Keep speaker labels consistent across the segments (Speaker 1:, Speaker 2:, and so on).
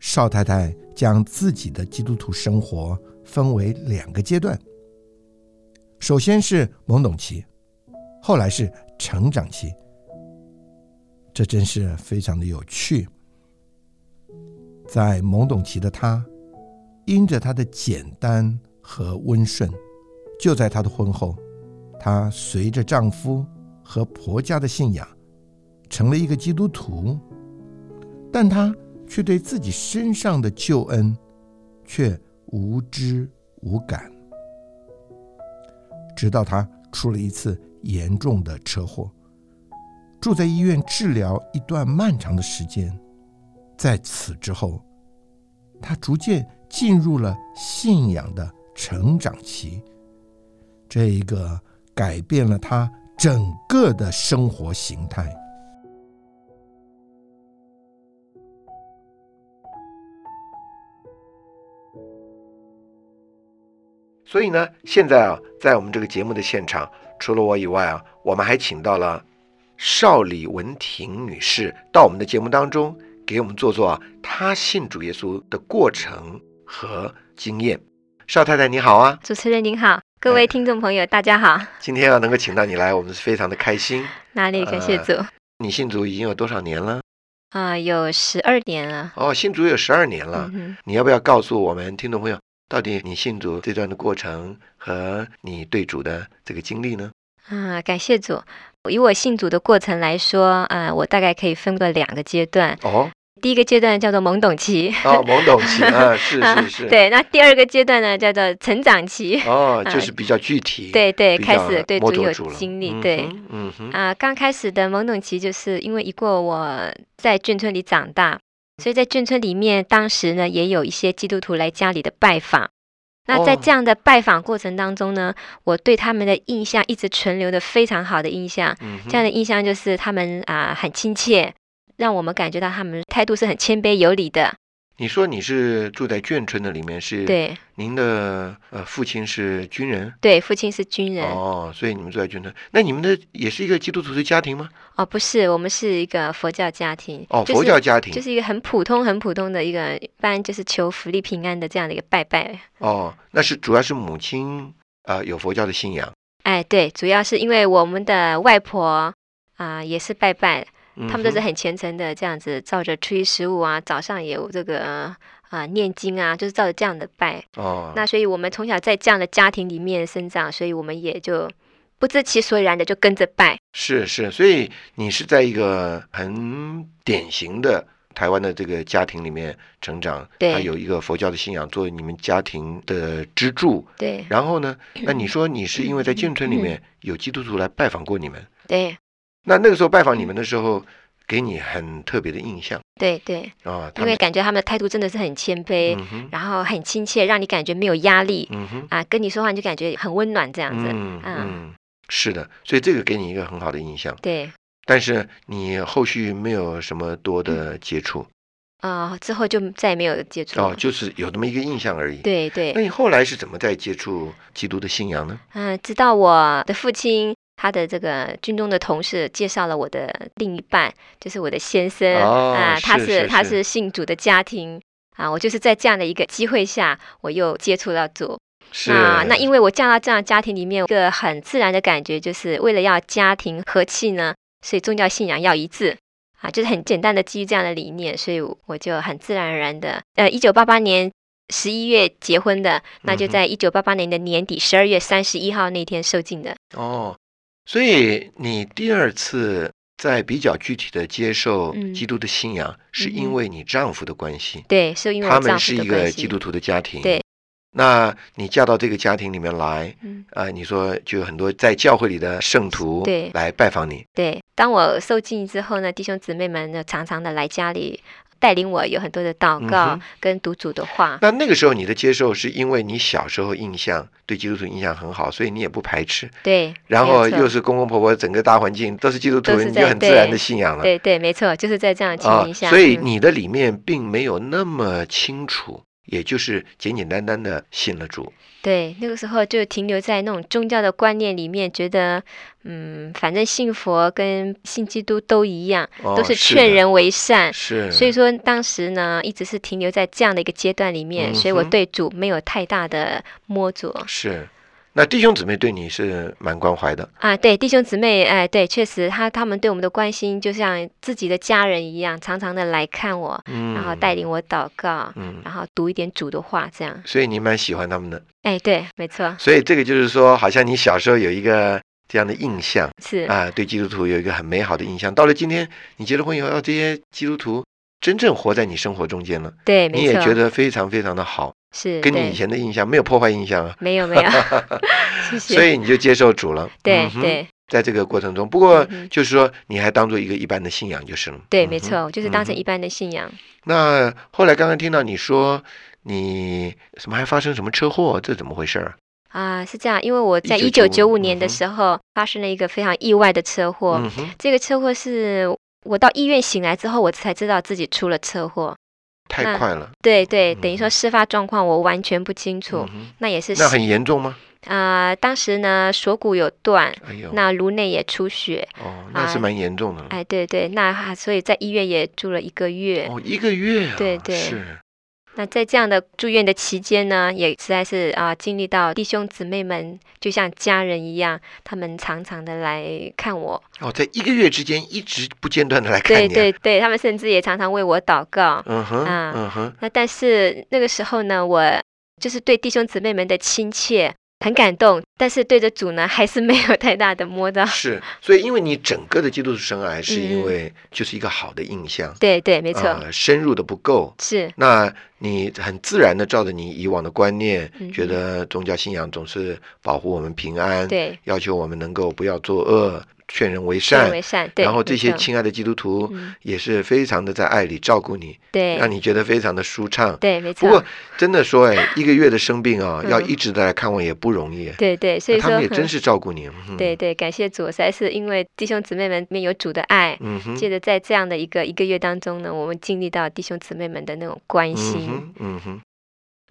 Speaker 1: 邵太太将自己的基督徒生活分为两个阶段，首先是懵懂期，后来是成长期。这真是非常的有趣。在懵懂期的她，因着她的简单和温顺，就在她的婚后，她随着丈夫和婆家的信仰，成了一个基督徒。但她却对自己身上的救恩却无知无感，直到她出了一次严重的车祸。住在医院治疗一段漫长的时间，在此之后，他逐渐进入了信仰的成长期，这一个改变了他整个的生活形态。所以呢，现在啊，在我们这个节目的现场，除了我以外啊，我们还请到了。邵李文婷女士到我们的节目当中，给我们做做、啊、她信主耶稣的过程和经验。邵太太你好啊，
Speaker 2: 主持人您好，各位听众朋友、哎、大家好。
Speaker 1: 今天啊能够请到你来，我们是非常的开心。
Speaker 2: 哪里感谢主、呃？
Speaker 1: 你信主已经有多少年了？
Speaker 2: 啊、呃，有十二年了。
Speaker 1: 哦，信主有十二年了。嗯、你要不要告诉我们听众朋友，到底你信主这段的过程和你对主的这个经历呢？
Speaker 2: 啊、呃，感谢主。以我信主的过程来说，呃，我大概可以分个两个阶段。
Speaker 1: 哦，
Speaker 2: 第一个阶段叫做懵懂期。
Speaker 1: 哦，懵懂期啊，是 是 是、啊。
Speaker 2: 对，那第二个阶段呢，叫做成长期。
Speaker 1: 哦，就是比较具体。啊、
Speaker 2: 嗯对对，开始对主有经历。
Speaker 1: 嗯、
Speaker 2: 对，
Speaker 1: 嗯哼。
Speaker 2: 啊、呃，刚开始的懵懂期，就是因为一过我在眷村里长大，所以在眷村里面，当时呢也有一些基督徒来家里的拜访。那在
Speaker 1: 哦
Speaker 2: 这样的拜访过程当中呢，我对他们的印象一直存留的非常好的印象。
Speaker 1: 嗯
Speaker 2: 这样的印象就是他们啊、呃、很亲切，让我们感觉到他们态度是很谦卑有礼的。
Speaker 1: 你说你是住在眷村的里面是？
Speaker 2: 对。
Speaker 1: 您的呃父亲是军人？
Speaker 2: 对，父亲是军人。
Speaker 1: 哦，所以你们住在眷村。那你们的也是一个基督徒的家庭吗？
Speaker 2: 哦，不是，我们是一个佛教家庭。
Speaker 1: 哦，
Speaker 2: 就是、
Speaker 1: 佛教家庭
Speaker 2: 就是一个很普通、很普通的一个，一般就是求福利平安的这样的一个拜拜。
Speaker 1: 哦，那是主要是母亲啊、呃、有佛教的信仰。
Speaker 2: 哎，对，主要是因为我们的外婆啊、呃、也是拜拜。
Speaker 1: 嗯
Speaker 2: 他们都是很虔诚的，这样子照着初一十五啊，早上也有这个啊、呃、念经啊，就是照着这样的拜。
Speaker 1: 哦，
Speaker 2: 那所以我们从小在这样的家庭里面生长，所以我们也就不知其所以然的就跟着拜。
Speaker 1: 是是，所以你是在一个很典型的台湾的这个家庭里面成长，
Speaker 2: 对，
Speaker 1: 它有一个佛教的信仰作为你们家庭的支柱。
Speaker 2: 对，
Speaker 1: 然后呢，那你说你是因为在眷村里面有基督徒来拜访过你们？
Speaker 2: 对。
Speaker 1: 那那个时候拜访你们的时候，给你很特别的印象。
Speaker 2: 对对，
Speaker 1: 啊、哦，
Speaker 2: 因为感觉他们的态度真的是很谦卑，嗯、然后很亲切，让你感觉没有压力。
Speaker 1: 嗯哼，
Speaker 2: 啊，跟你说话你就感觉很温暖这样子。
Speaker 1: 嗯、
Speaker 2: 啊、
Speaker 1: 嗯，是的，所以这个给你一个很好的印象。
Speaker 2: 对，
Speaker 1: 但是你后续没有什么多的接触。
Speaker 2: 啊、嗯呃，之后就再也没有接触。
Speaker 1: 哦，就是哎有那么一个印象而已。
Speaker 2: 对对。
Speaker 1: 那你后来是怎么在接触基督的信仰呢？
Speaker 2: 嗯，直到我的父亲。他的这个军中的同事介绍了我的另一半，就是我的先生啊、
Speaker 1: 哦
Speaker 2: 呃，他
Speaker 1: 是
Speaker 2: 他是信主的家庭啊、呃，我就是在这样的一个机会下，我又接触到主。那那因为我嫁到这样家庭里面，一个很自然的感觉就是为了要家庭和气呢，所以宗教信仰要一致啊、呃，就是很简单的基于这样的理念，所以我就很自然而然的，呃，一九八八年。十一月结婚的，那
Speaker 1: 嗯
Speaker 2: 就在一九八八年的年底，十二月三十一号那天受尽的。
Speaker 1: 哦，所以你第二次在比较具体的接受
Speaker 2: 嗯
Speaker 1: 基督的信仰，是因为你丈夫的关系。
Speaker 2: 对，是因为
Speaker 1: 他们是一个基督徒的家庭。
Speaker 2: 对，
Speaker 1: 那你嫁到这个家庭里面来，
Speaker 2: 嗯
Speaker 1: 啊、呃，你说就有很多在教会里的圣徒
Speaker 2: 对
Speaker 1: 来拜访你。
Speaker 2: 对，当我受浸之后呢，弟兄姊妹们呢常常的来家里。带领我有很多的祷告、
Speaker 1: 嗯、
Speaker 2: 跟读主的话。
Speaker 1: 那那个时候你的接受是因为你小时候印象对基督徒印象很好，所以你也不排斥。
Speaker 2: 对。
Speaker 1: 然后又是公公婆婆，整个大环境都是基督徒，你就很自然的信仰了。啊
Speaker 2: 对对，没错，就是在这样情形下、嗯
Speaker 1: 哦。所以你的里面并没有那么清楚也就是简简单单的信了主。
Speaker 2: 对，那个时候就停留在那种宗教的观念里面，觉得嗯，反正信佛跟信基督都一样，
Speaker 1: 哦
Speaker 2: 都是
Speaker 1: 是
Speaker 2: 劝
Speaker 1: 的
Speaker 2: 人为善。
Speaker 1: 是，
Speaker 2: 所以说当时呢，一直是停留在这样的一个阶段里面，所以我
Speaker 1: 嗯哼
Speaker 2: 对主没有太大的摸着
Speaker 1: 是。那弟兄姊妹对你是蛮关怀的，
Speaker 2: 啊。对弟兄姊妹，哎，对，确实他他们对我们的关心就像自己的家人一样，常常的来看我，
Speaker 1: 嗯，
Speaker 2: 然后啊带领我祷告，
Speaker 1: 嗯，
Speaker 2: 然后读一点主的话，这样。
Speaker 1: 所以你蛮喜欢他们的。
Speaker 2: 哎，对，没错，
Speaker 1: 所以这个就是说，好像你小时候有一个这样的印象
Speaker 2: 是。
Speaker 1: 啊，对基督徒有一个很美好的印象。到了今天，你结了婚以后，要这些基督徒真正活在你生活中间了，
Speaker 2: 对，
Speaker 1: 你
Speaker 2: 没
Speaker 1: 也
Speaker 2: 错，
Speaker 1: 觉得非常非常的好，
Speaker 2: 是
Speaker 1: 跟你
Speaker 2: 对
Speaker 1: 以前的印象没有破坏印象 啊，
Speaker 2: 没有没有，谢谢。
Speaker 1: 所以你就接受主了。
Speaker 2: 对
Speaker 1: 嗯哼
Speaker 2: 对
Speaker 1: 在这个过程中，不过
Speaker 2: 嗯哼
Speaker 1: 就是说，你还当做一个一般的信仰就是了。
Speaker 2: 对，
Speaker 1: 嗯
Speaker 2: 没
Speaker 1: 哼
Speaker 2: 错，我就是当成
Speaker 1: 嗯哼
Speaker 2: 一般的信仰。
Speaker 1: 那后来刚刚听到你说你什么还发生什么车祸，这怎么回事儿？
Speaker 2: 啊，是这样，因为我在一九九
Speaker 1: 1995
Speaker 2: 五年的
Speaker 1: 嗯哼
Speaker 2: 时候、发生了一个非常意外的车祸。
Speaker 1: 嗯哼，
Speaker 2: 这个车祸是我到医院醒来之后，我才知道自己出了车祸。
Speaker 1: 太
Speaker 2: 那
Speaker 1: 快了。
Speaker 2: 对对，等于说
Speaker 1: 嗯
Speaker 2: 事发状况我完全不清楚。
Speaker 1: 嗯哼，
Speaker 2: 那也是
Speaker 1: 那很严重吗？
Speaker 2: 啊、当时呢锁骨有断，
Speaker 1: 哎呦，
Speaker 2: 那颅内也出血。
Speaker 1: 哦，那是
Speaker 2: 啊
Speaker 1: 蛮严重的了。
Speaker 2: 哎，对对，那还所以在医院也住了一个月。
Speaker 1: 哦，一个月啊，
Speaker 2: 对对
Speaker 1: 是，
Speaker 2: 那在这样的住院的期间呢，也实在是啊、经历到弟兄姊妹们就像家人一样，他们常常的来看我，
Speaker 1: 哦，在一个月之间一直不间断的来看你、啊，
Speaker 2: 对对对，他们甚至也常常为我祷告。
Speaker 1: 嗯哼，
Speaker 2: 啊
Speaker 1: 嗯哼，
Speaker 2: 那但是那个时候呢，我就是对弟兄姊妹们的亲切很感动，但是对着主呢，还是没有太大的摸 到。
Speaker 1: 是，所以因为你整个的基督徒生涯是因
Speaker 2: 嗯
Speaker 1: 为就是一个好的印象，
Speaker 2: 对对，没错，
Speaker 1: 呃，深入的不够。
Speaker 2: 是
Speaker 1: 那你很自然的照着你以往的观念，
Speaker 2: 嗯
Speaker 1: 觉得宗教信仰总是保护我们平安，
Speaker 2: 对，
Speaker 1: 要求我们能够不要作恶，劝人为
Speaker 2: 认
Speaker 1: 善
Speaker 2: 为。善，对，
Speaker 1: 然后这
Speaker 2: 没
Speaker 1: 些
Speaker 2: 错
Speaker 1: 亲爱的基督徒
Speaker 2: 嗯，
Speaker 1: 也是非常的在爱里照顾你，
Speaker 2: 对，
Speaker 1: 让你觉得非常的舒畅。
Speaker 2: 对，没
Speaker 1: 不
Speaker 2: 错，
Speaker 1: 过真的说， 哎，一个月的生病啊，
Speaker 2: 嗯
Speaker 1: 要一直的来看望也不容易。
Speaker 2: 对对，所以
Speaker 1: 那他
Speaker 2: 说
Speaker 1: 们也
Speaker 2: 很
Speaker 1: 真是照顾你。嗯、
Speaker 2: 对，对，感谢主，实在是因为弟兄姊妹们里面有主的爱，
Speaker 1: 嗯哼，
Speaker 2: 借着在这样的一个一个月当中呢，我们经历到弟兄姊妹们的那种关
Speaker 1: 嗯
Speaker 2: 心。
Speaker 1: 哼，嗯哼。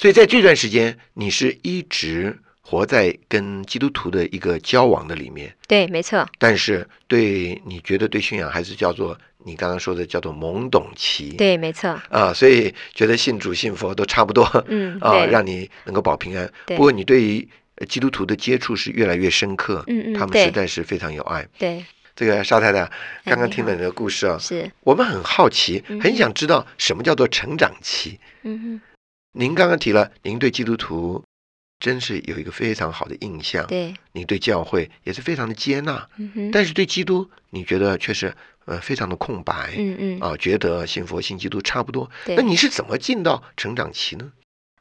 Speaker 1: 所以在这段时间，你是一直活在跟基督徒的一个交往的里面，
Speaker 2: 对，没错，
Speaker 1: 但是对你觉得对信仰还是叫做你刚刚说的叫做懵懂期。
Speaker 2: 对，没错，
Speaker 1: 啊，所以觉得信主信佛都差 不多
Speaker 2: 嗯，
Speaker 1: 啊，
Speaker 2: 对，
Speaker 1: 让你能够保平安。
Speaker 2: 对
Speaker 1: 不过你对于呃基督徒的接触是越来越深刻，
Speaker 2: 嗯嗯
Speaker 1: 他们
Speaker 2: 对
Speaker 1: 实在是非常有爱。
Speaker 2: 对
Speaker 1: 这个沙太太刚刚
Speaker 2: 你
Speaker 1: 听了你的故事啊，
Speaker 2: 是，
Speaker 1: 我们很好奇，
Speaker 2: 嗯
Speaker 1: 很想知道什么叫做成长期。
Speaker 2: 嗯
Speaker 1: 您刚刚提了，您对基督徒真是有一个非常好的印象
Speaker 2: 哼，，对，
Speaker 1: 您对教会也是非常的接纳，
Speaker 2: 嗯哼，
Speaker 1: 但是对基督，你觉得却是呃非常的空白。
Speaker 2: 嗯嗯，
Speaker 1: 啊，觉得信佛信基督差不多。
Speaker 2: 对
Speaker 1: 那你是怎么进到成长期呢？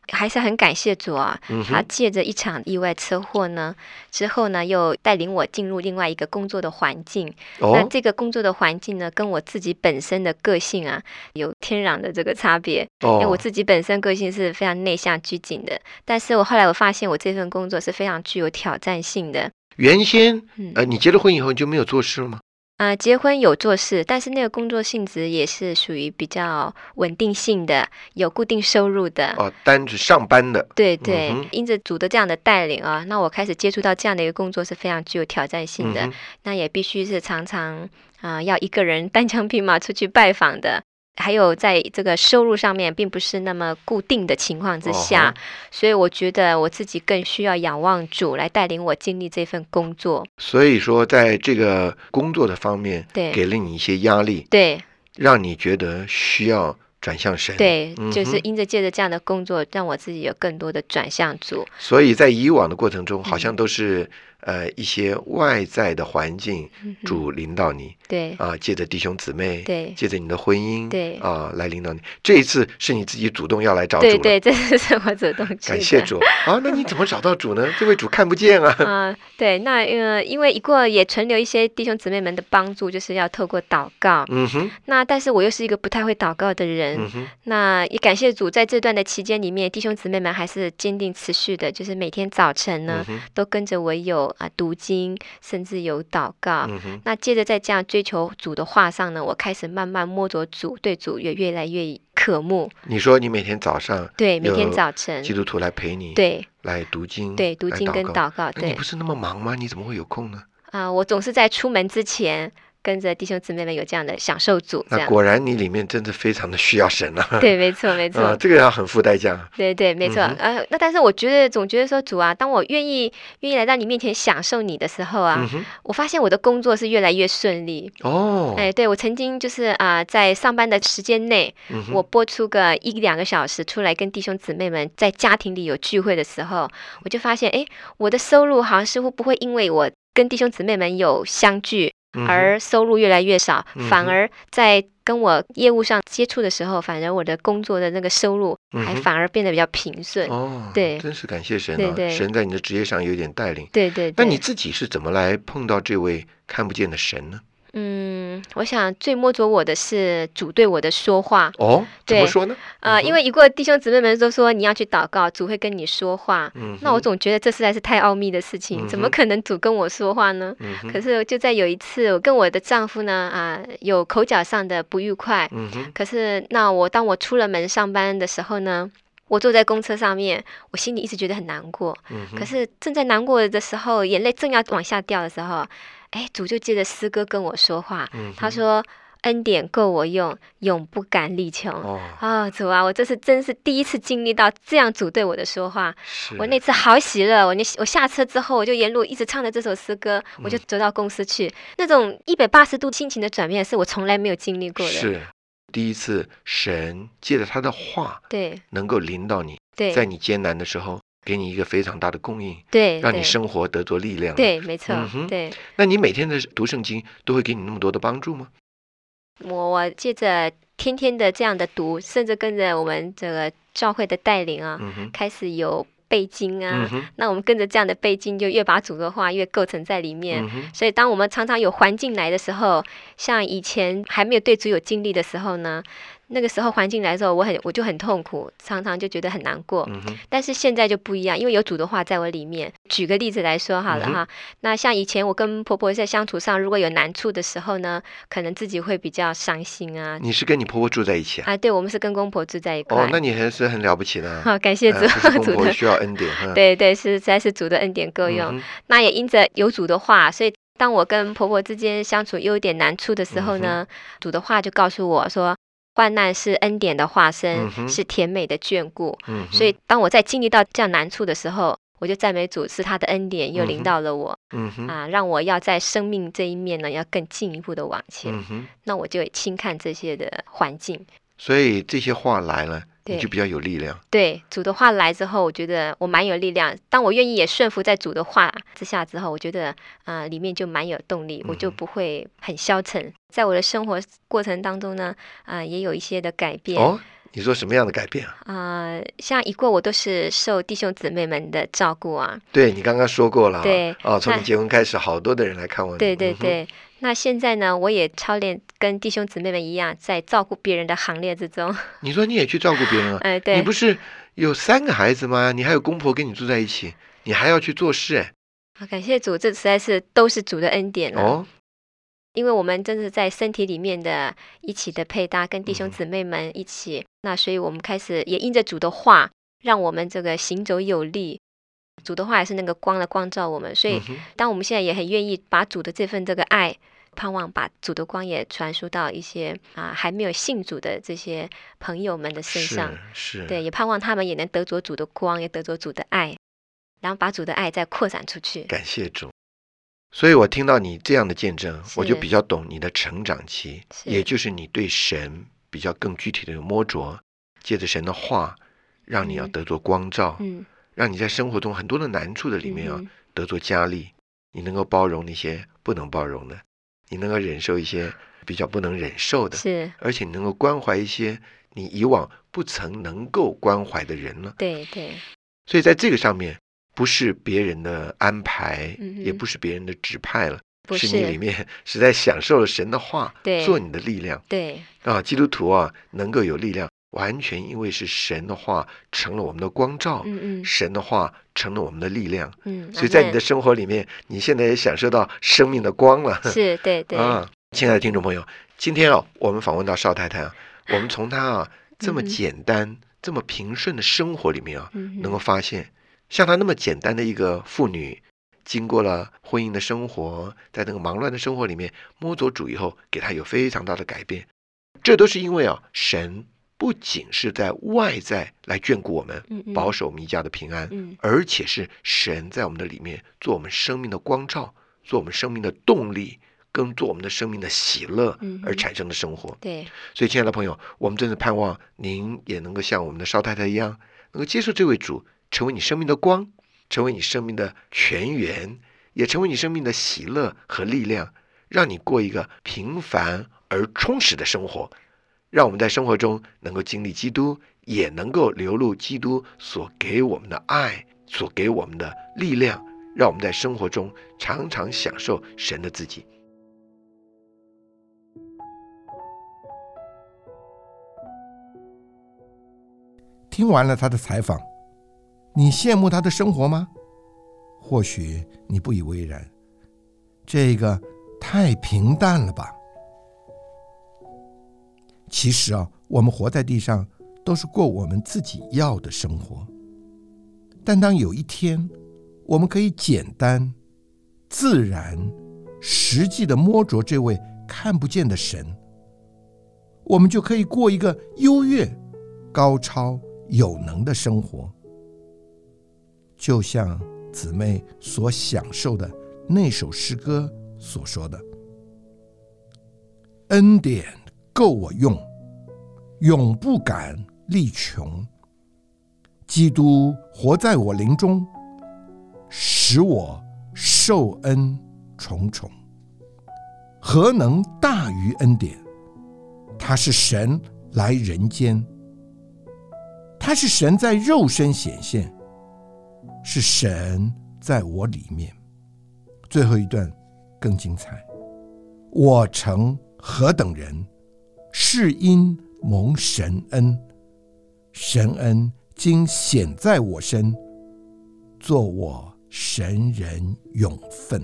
Speaker 2: 还是很感谢主啊。
Speaker 1: 嗯
Speaker 2: 他
Speaker 1: 哼，
Speaker 2: 借着一场意外车祸呢，之后呢，又带领我进入另外一个工作的环境。那
Speaker 1: 哦
Speaker 2: 这个工作的环境呢，跟我自己本身的个性啊，有天壤的这个差别。因为我
Speaker 1: 哦，
Speaker 2: 自己本身个性是非常内向拘谨的，但是我后来我发现我这份工作是非常具有挑战性的。
Speaker 1: 原先
Speaker 2: 嗯，
Speaker 1: 呃，你结了婚以后你就没有做事了吗？
Speaker 2: 呃，结婚有做事，但是那个工作性质也是属于比较稳定性的，有固定收入的。
Speaker 1: 哦，单指上班的，
Speaker 2: 对对，
Speaker 1: 嗯哼
Speaker 2: 因着主的这样的带领啊，那我开始接触到这样的一个工作是非常具有挑战性
Speaker 1: 嗯
Speaker 2: 的。
Speaker 1: 哼，
Speaker 2: 那也必须是常常啊、要一个人单枪匹马出去拜访的。还有在这个收入上面，并不是那么固定的情况之下，
Speaker 1: 哦
Speaker 2: 所以我觉得我自己更需要仰望主来带领我经历这份工作。
Speaker 1: 所以说在这个工作的方面，
Speaker 2: 对
Speaker 1: 给了你一些压力，
Speaker 2: 对
Speaker 1: 让你觉得需要转向神。，
Speaker 2: 对，
Speaker 1: 嗯
Speaker 2: 就是
Speaker 1: 哼
Speaker 2: 因着借着这样的工作，让我自己有更多的转向主。
Speaker 1: 所以在以往的过程中，好像
Speaker 2: 嗯
Speaker 1: 都是呃一些外在的环境
Speaker 2: 嗯哼
Speaker 1: 主领导你
Speaker 2: 对
Speaker 1: 啊，借着弟兄姊妹，
Speaker 2: 对
Speaker 1: 借着你的婚姻，
Speaker 2: 对
Speaker 1: 啊，来领导你。这一次是你自己主动要来找主
Speaker 2: 对
Speaker 1: 了。
Speaker 2: 对，这是我主动去
Speaker 1: 感谢
Speaker 2: 的
Speaker 1: 主啊！那你怎么找到主呢？这位主看不见啊。
Speaker 2: 啊、对，那呃，因为一过也存留一些弟兄姊妹们的帮助，就是要透过祷告。
Speaker 1: 嗯哼，
Speaker 2: 那但是我又是一个不太会祷告的人，
Speaker 1: 嗯哼，
Speaker 2: 那也感谢主，在这段的期间里面，弟兄姊妹们还是坚定持续的，就是每天早晨呢
Speaker 1: 嗯，哼，
Speaker 2: 都跟着我有啊读经，甚至有祷告。
Speaker 1: 嗯哼，
Speaker 2: 那接着在这样追求主的话上呢，我开始慢慢摸着主，对主也越来越渴慕。
Speaker 1: 你说你每天早上
Speaker 2: 对，每天
Speaker 1: 有
Speaker 2: 早晨
Speaker 1: 基，督徒来陪你，，
Speaker 2: 嗯对
Speaker 1: 来读经，
Speaker 2: 对，读
Speaker 1: 来
Speaker 2: 经跟
Speaker 1: 告。
Speaker 2: 祷告，
Speaker 1: 那你
Speaker 2: 对
Speaker 1: 不是那么忙吗？你怎么会有空呢？
Speaker 2: 啊、我总是在出门之前跟着弟兄姊妹们有这样的享受主，这
Speaker 1: 那
Speaker 2: 样
Speaker 1: 果然你里面真的非常的需要神啊。
Speaker 2: 对，没错，没错。
Speaker 1: 啊，这个要很付代价。
Speaker 2: 对对，没错。
Speaker 1: 嗯哼
Speaker 2: 呃，那但是我觉得，总觉得说主啊，当我愿意愿意来到你面前享受你的时候啊，
Speaker 1: 嗯哼，
Speaker 2: 我发现我的工作是越来越顺利。
Speaker 1: 哦，
Speaker 2: 哎，对我曾经就是啊、在上班的时间内，
Speaker 1: 嗯哼，
Speaker 2: 我播出个一两个小时出来跟弟兄姊妹们在家庭里有聚会的时候，我就发现，哎，我的收入好像似乎不会因为我跟弟兄姊妹们有相聚
Speaker 1: 嗯哼
Speaker 2: 而收入越来越少，
Speaker 1: 嗯
Speaker 2: 反
Speaker 1: 哼
Speaker 2: 而在跟我业务上接触的时候，反而我的工作的那个收入
Speaker 1: 嗯
Speaker 2: 还
Speaker 1: 哼
Speaker 2: 反而变得比较平顺。
Speaker 1: 哦，
Speaker 2: 对
Speaker 1: 真是感谢神
Speaker 2: 对
Speaker 1: 啊！
Speaker 2: 对
Speaker 1: 神在你的职业上有点带领。
Speaker 2: 对对
Speaker 1: 那
Speaker 2: 对，
Speaker 1: 你自己是怎么来碰到这位看不见的神呢？
Speaker 2: 嗯，我想最摸着我的是主对我的说话，
Speaker 1: 哦，怎么
Speaker 2: 对
Speaker 1: 说呢？
Speaker 2: 呃，
Speaker 1: 嗯
Speaker 2: 因
Speaker 1: 哼
Speaker 2: 为一过弟兄姊妹们都说你要去祷告，主会跟你说话，
Speaker 1: 嗯，
Speaker 2: 那我，总觉得这实在是太奥秘的事情，怎么
Speaker 1: 嗯哼
Speaker 2: 可能主跟我说话呢？
Speaker 1: 嗯
Speaker 2: 可
Speaker 1: 哼，
Speaker 2: 是就在有一次，我跟我的丈夫呢啊、有口角上的不愉快，
Speaker 1: 嗯哼，
Speaker 2: 可是那我当我出了门上班的时候呢，我坐在公车上面，我心里一直觉得很难过，
Speaker 1: 嗯哼，
Speaker 2: 可是正在难过的时候，眼泪正要往下掉的时候，哎，主就借着诗歌跟我说话，
Speaker 1: 嗯哼，
Speaker 2: 他说：“恩典够我用，永不敢力穷。
Speaker 1: 哦，
Speaker 2: 哦，主啊，我这次真是第一次经历到这样主对我的说话，
Speaker 1: 是
Speaker 2: 我那次好喜乐。我那我下车之后，我就沿路一直唱着这首诗歌，我
Speaker 1: 嗯
Speaker 2: 就走到公司去。那种一百八十度心情的转变，是我从来没有经历过的。
Speaker 1: 是第一次神借着他的话
Speaker 2: 对
Speaker 1: 能够领导你，
Speaker 2: 对
Speaker 1: 在你艰难的时候给你一个非常大的供应，
Speaker 2: 对，
Speaker 1: 让你
Speaker 2: 对
Speaker 1: 生活得着力量。，
Speaker 2: 对，没错
Speaker 1: 嗯，哼
Speaker 2: 对。”
Speaker 1: 那你每天的读圣经都会给你那么多的帮助吗？
Speaker 2: 我我借着天天的这样的读，甚至跟着我们这个教会的带领啊，
Speaker 1: 嗯哼，
Speaker 2: 开始有背经啊。
Speaker 1: 嗯哼，
Speaker 2: 那我们跟着这样的背经，就越把主的话越构成在里面。
Speaker 1: 嗯哼，
Speaker 2: 所以，当我们常常有环境来的时候，像以前还没有对主有经历的时候呢，那个时候环境来的时候，我很我就很痛苦，常常就觉得很难过。
Speaker 1: 嗯哼，
Speaker 2: 但是现在就不一样，因为有主的话在我里面。举个例子来说好了
Speaker 1: 嗯哼
Speaker 2: 哈，那像以前我跟婆婆在相处上，如果有难处的时候呢，可能自己会比较伤心啊。
Speaker 1: 你是跟你婆婆住在一起啊？
Speaker 2: 啊，对，我们是跟公婆住在一块。
Speaker 1: 嗯哦，那你还是很了不起的啊。
Speaker 2: 好，感谢主、
Speaker 1: 呃不是 公
Speaker 2: 主
Speaker 1: 婆啊
Speaker 2: 的，
Speaker 1: 需要恩典哈。
Speaker 2: 对对，是实在是主的恩典够
Speaker 1: 嗯哼，
Speaker 2: 用。那也因着有主的话，所以当我跟婆婆之间相处又有点难处的
Speaker 1: 嗯
Speaker 2: 时候呢，主的话就告诉我说，患难是恩典的化身
Speaker 1: 嗯，哼
Speaker 2: 是甜美的眷顾。
Speaker 1: 嗯哼，
Speaker 2: 所以当我在经历到这样难处的时候，我就赞美主是他的恩典又
Speaker 1: 嗯哼
Speaker 2: 临到了我、
Speaker 1: 嗯哼，
Speaker 2: 啊，让我要在生命这一面呢要更进一步的往前。
Speaker 1: 嗯哼，
Speaker 2: 那我就轻看这些的环境。
Speaker 1: 所以这些话来了，你
Speaker 2: 对
Speaker 1: 就比较有力量。
Speaker 2: 对主的话来之后，我觉得我蛮有力量。当我愿意也顺服在主的话之下之后，我觉得啊、呃里面就蛮有动力，我就
Speaker 1: 嗯哼
Speaker 2: 不会很消沉。在我的生活过程当中呢，啊、也有一些的改变。
Speaker 1: 哦，你说什么样的改变啊？
Speaker 2: 啊、像一过我都是受弟兄姊妹们的照顾啊，
Speaker 1: 对你刚刚说过了啊，
Speaker 2: 对
Speaker 1: 哦，从
Speaker 2: 那
Speaker 1: 你结婚开始，好多的人来看望你。
Speaker 2: 对对
Speaker 1: 嗯哼，
Speaker 2: 对。那现在呢，我也操练跟弟兄姊妹们一样，在照顾别人的行列之中。
Speaker 1: 你说你也去照顾别人啊？
Speaker 2: 哎，
Speaker 1: 你
Speaker 2: 对
Speaker 1: 不，是有三个孩子吗？你还有公婆跟你住在一起，你还要去做事哎。
Speaker 2: 啊感谢主，这实在是都是主的恩典了。
Speaker 1: 哦，
Speaker 2: 因为我们真是在身体里面的一起的配搭，跟弟
Speaker 1: 嗯
Speaker 2: 兄
Speaker 1: 哼
Speaker 2: 姊妹们一起，那所以我们开始也因着主的话，让我们这个行走有力。主的话也是那个光的光照我们，所以
Speaker 1: 嗯哼
Speaker 2: 当我们现在也很愿意把主的这份这个爱，盼望把主的光也传输到一些啊还没有信主的这些朋友们的身上，
Speaker 1: 是是，
Speaker 2: 对，也盼望他们也能得着主的光，也得着主的爱，然后把主的爱再扩展出去。
Speaker 1: 感谢主。所以我听到你这样的见证，我就是比较懂你的成长期，
Speaker 2: 是
Speaker 1: 也就是你对神比较更具体的摸着，借着神的话，让你要
Speaker 2: 嗯
Speaker 1: 得着光照，
Speaker 2: 嗯，
Speaker 1: 让你在生活中很多的难处的里面啊
Speaker 2: 嗯哼
Speaker 1: 得着加力，你能够包容那些不能包容的，你能够忍受一些比较不能忍受的，
Speaker 2: 是
Speaker 1: 而且你能够关怀一些你以往不曾能够关怀的人了。
Speaker 2: 对 对，
Speaker 1: 所以在这个上面，不是别人的安排，
Speaker 2: 嗯哼
Speaker 1: 也不是别人的指派了，
Speaker 2: 不
Speaker 1: 是
Speaker 2: 是
Speaker 1: 你里面 实在享受了神的话
Speaker 2: 对
Speaker 1: 做你的力量
Speaker 2: 对，
Speaker 1: 啊！基督徒啊，能够有力量，完全因为是神的话成了我们的光照，
Speaker 2: 嗯嗯
Speaker 1: 神的话成了我们的力量。
Speaker 2: 嗯，
Speaker 1: 所以在
Speaker 2: 阿
Speaker 1: 你
Speaker 2: 门
Speaker 1: 的生活里面，你现在也享受到生命的光了。
Speaker 2: 是对对，
Speaker 1: 啊，亲爱的听众朋友，今天啊，我们访问到邵太太啊，我们从她啊这么
Speaker 2: 嗯
Speaker 1: 简单、这么平顺的生活里面啊，
Speaker 2: 嗯
Speaker 1: 能
Speaker 2: 哼
Speaker 1: 够发现，像她那么简单的一个妇女，经过了婚姻的生活，在那个忙乱的生活里面摸着主以后，给她有非常大的改变。这都是因为啊，神不仅是在外在来眷顾我们，
Speaker 2: 嗯嗯
Speaker 1: 保守我们一家的平安，
Speaker 2: 嗯
Speaker 1: 而且是神在我们的里面做我们生命的光照，做我们生命的动力，跟做我们的生命的喜乐
Speaker 2: 嗯哼
Speaker 1: 而产生的生活。
Speaker 2: 对，
Speaker 1: 所以，亲爱的朋友，我们真的盼望您也能够像我们的邵太太一样，能够接受这位主，成为你生命的光，成为你生命的泉源，也成为你生命的喜乐和力量，让你过一个平凡而充实的生活。让我们在生活中能够经历基督，也能够流露基督所给我们的爱，所给我们的力量，让我们在生活中常常享受神的自己。
Speaker 3: 听完了他的采访，你羡慕他的生活吗？或许你不以为然，这个太平淡了吧？其实啊，我们活在地上都是过我们自己要的生活，但当有一天我们可以简单、自然、实际的摸着这位看不见的神，我们就可以过一个优越、高超、有能的生活，就像姊妹所享受的那首诗歌所说的：“恩典够我用，永不敢力穷。基督活在我灵中，使我受恩重重。何能大于恩典？他是神来人间。”他是神在肉身显现，是神在我里面。最后一段更精彩。我曾何等人，是因蒙神恩，神恩今显在我身，做我神人永分。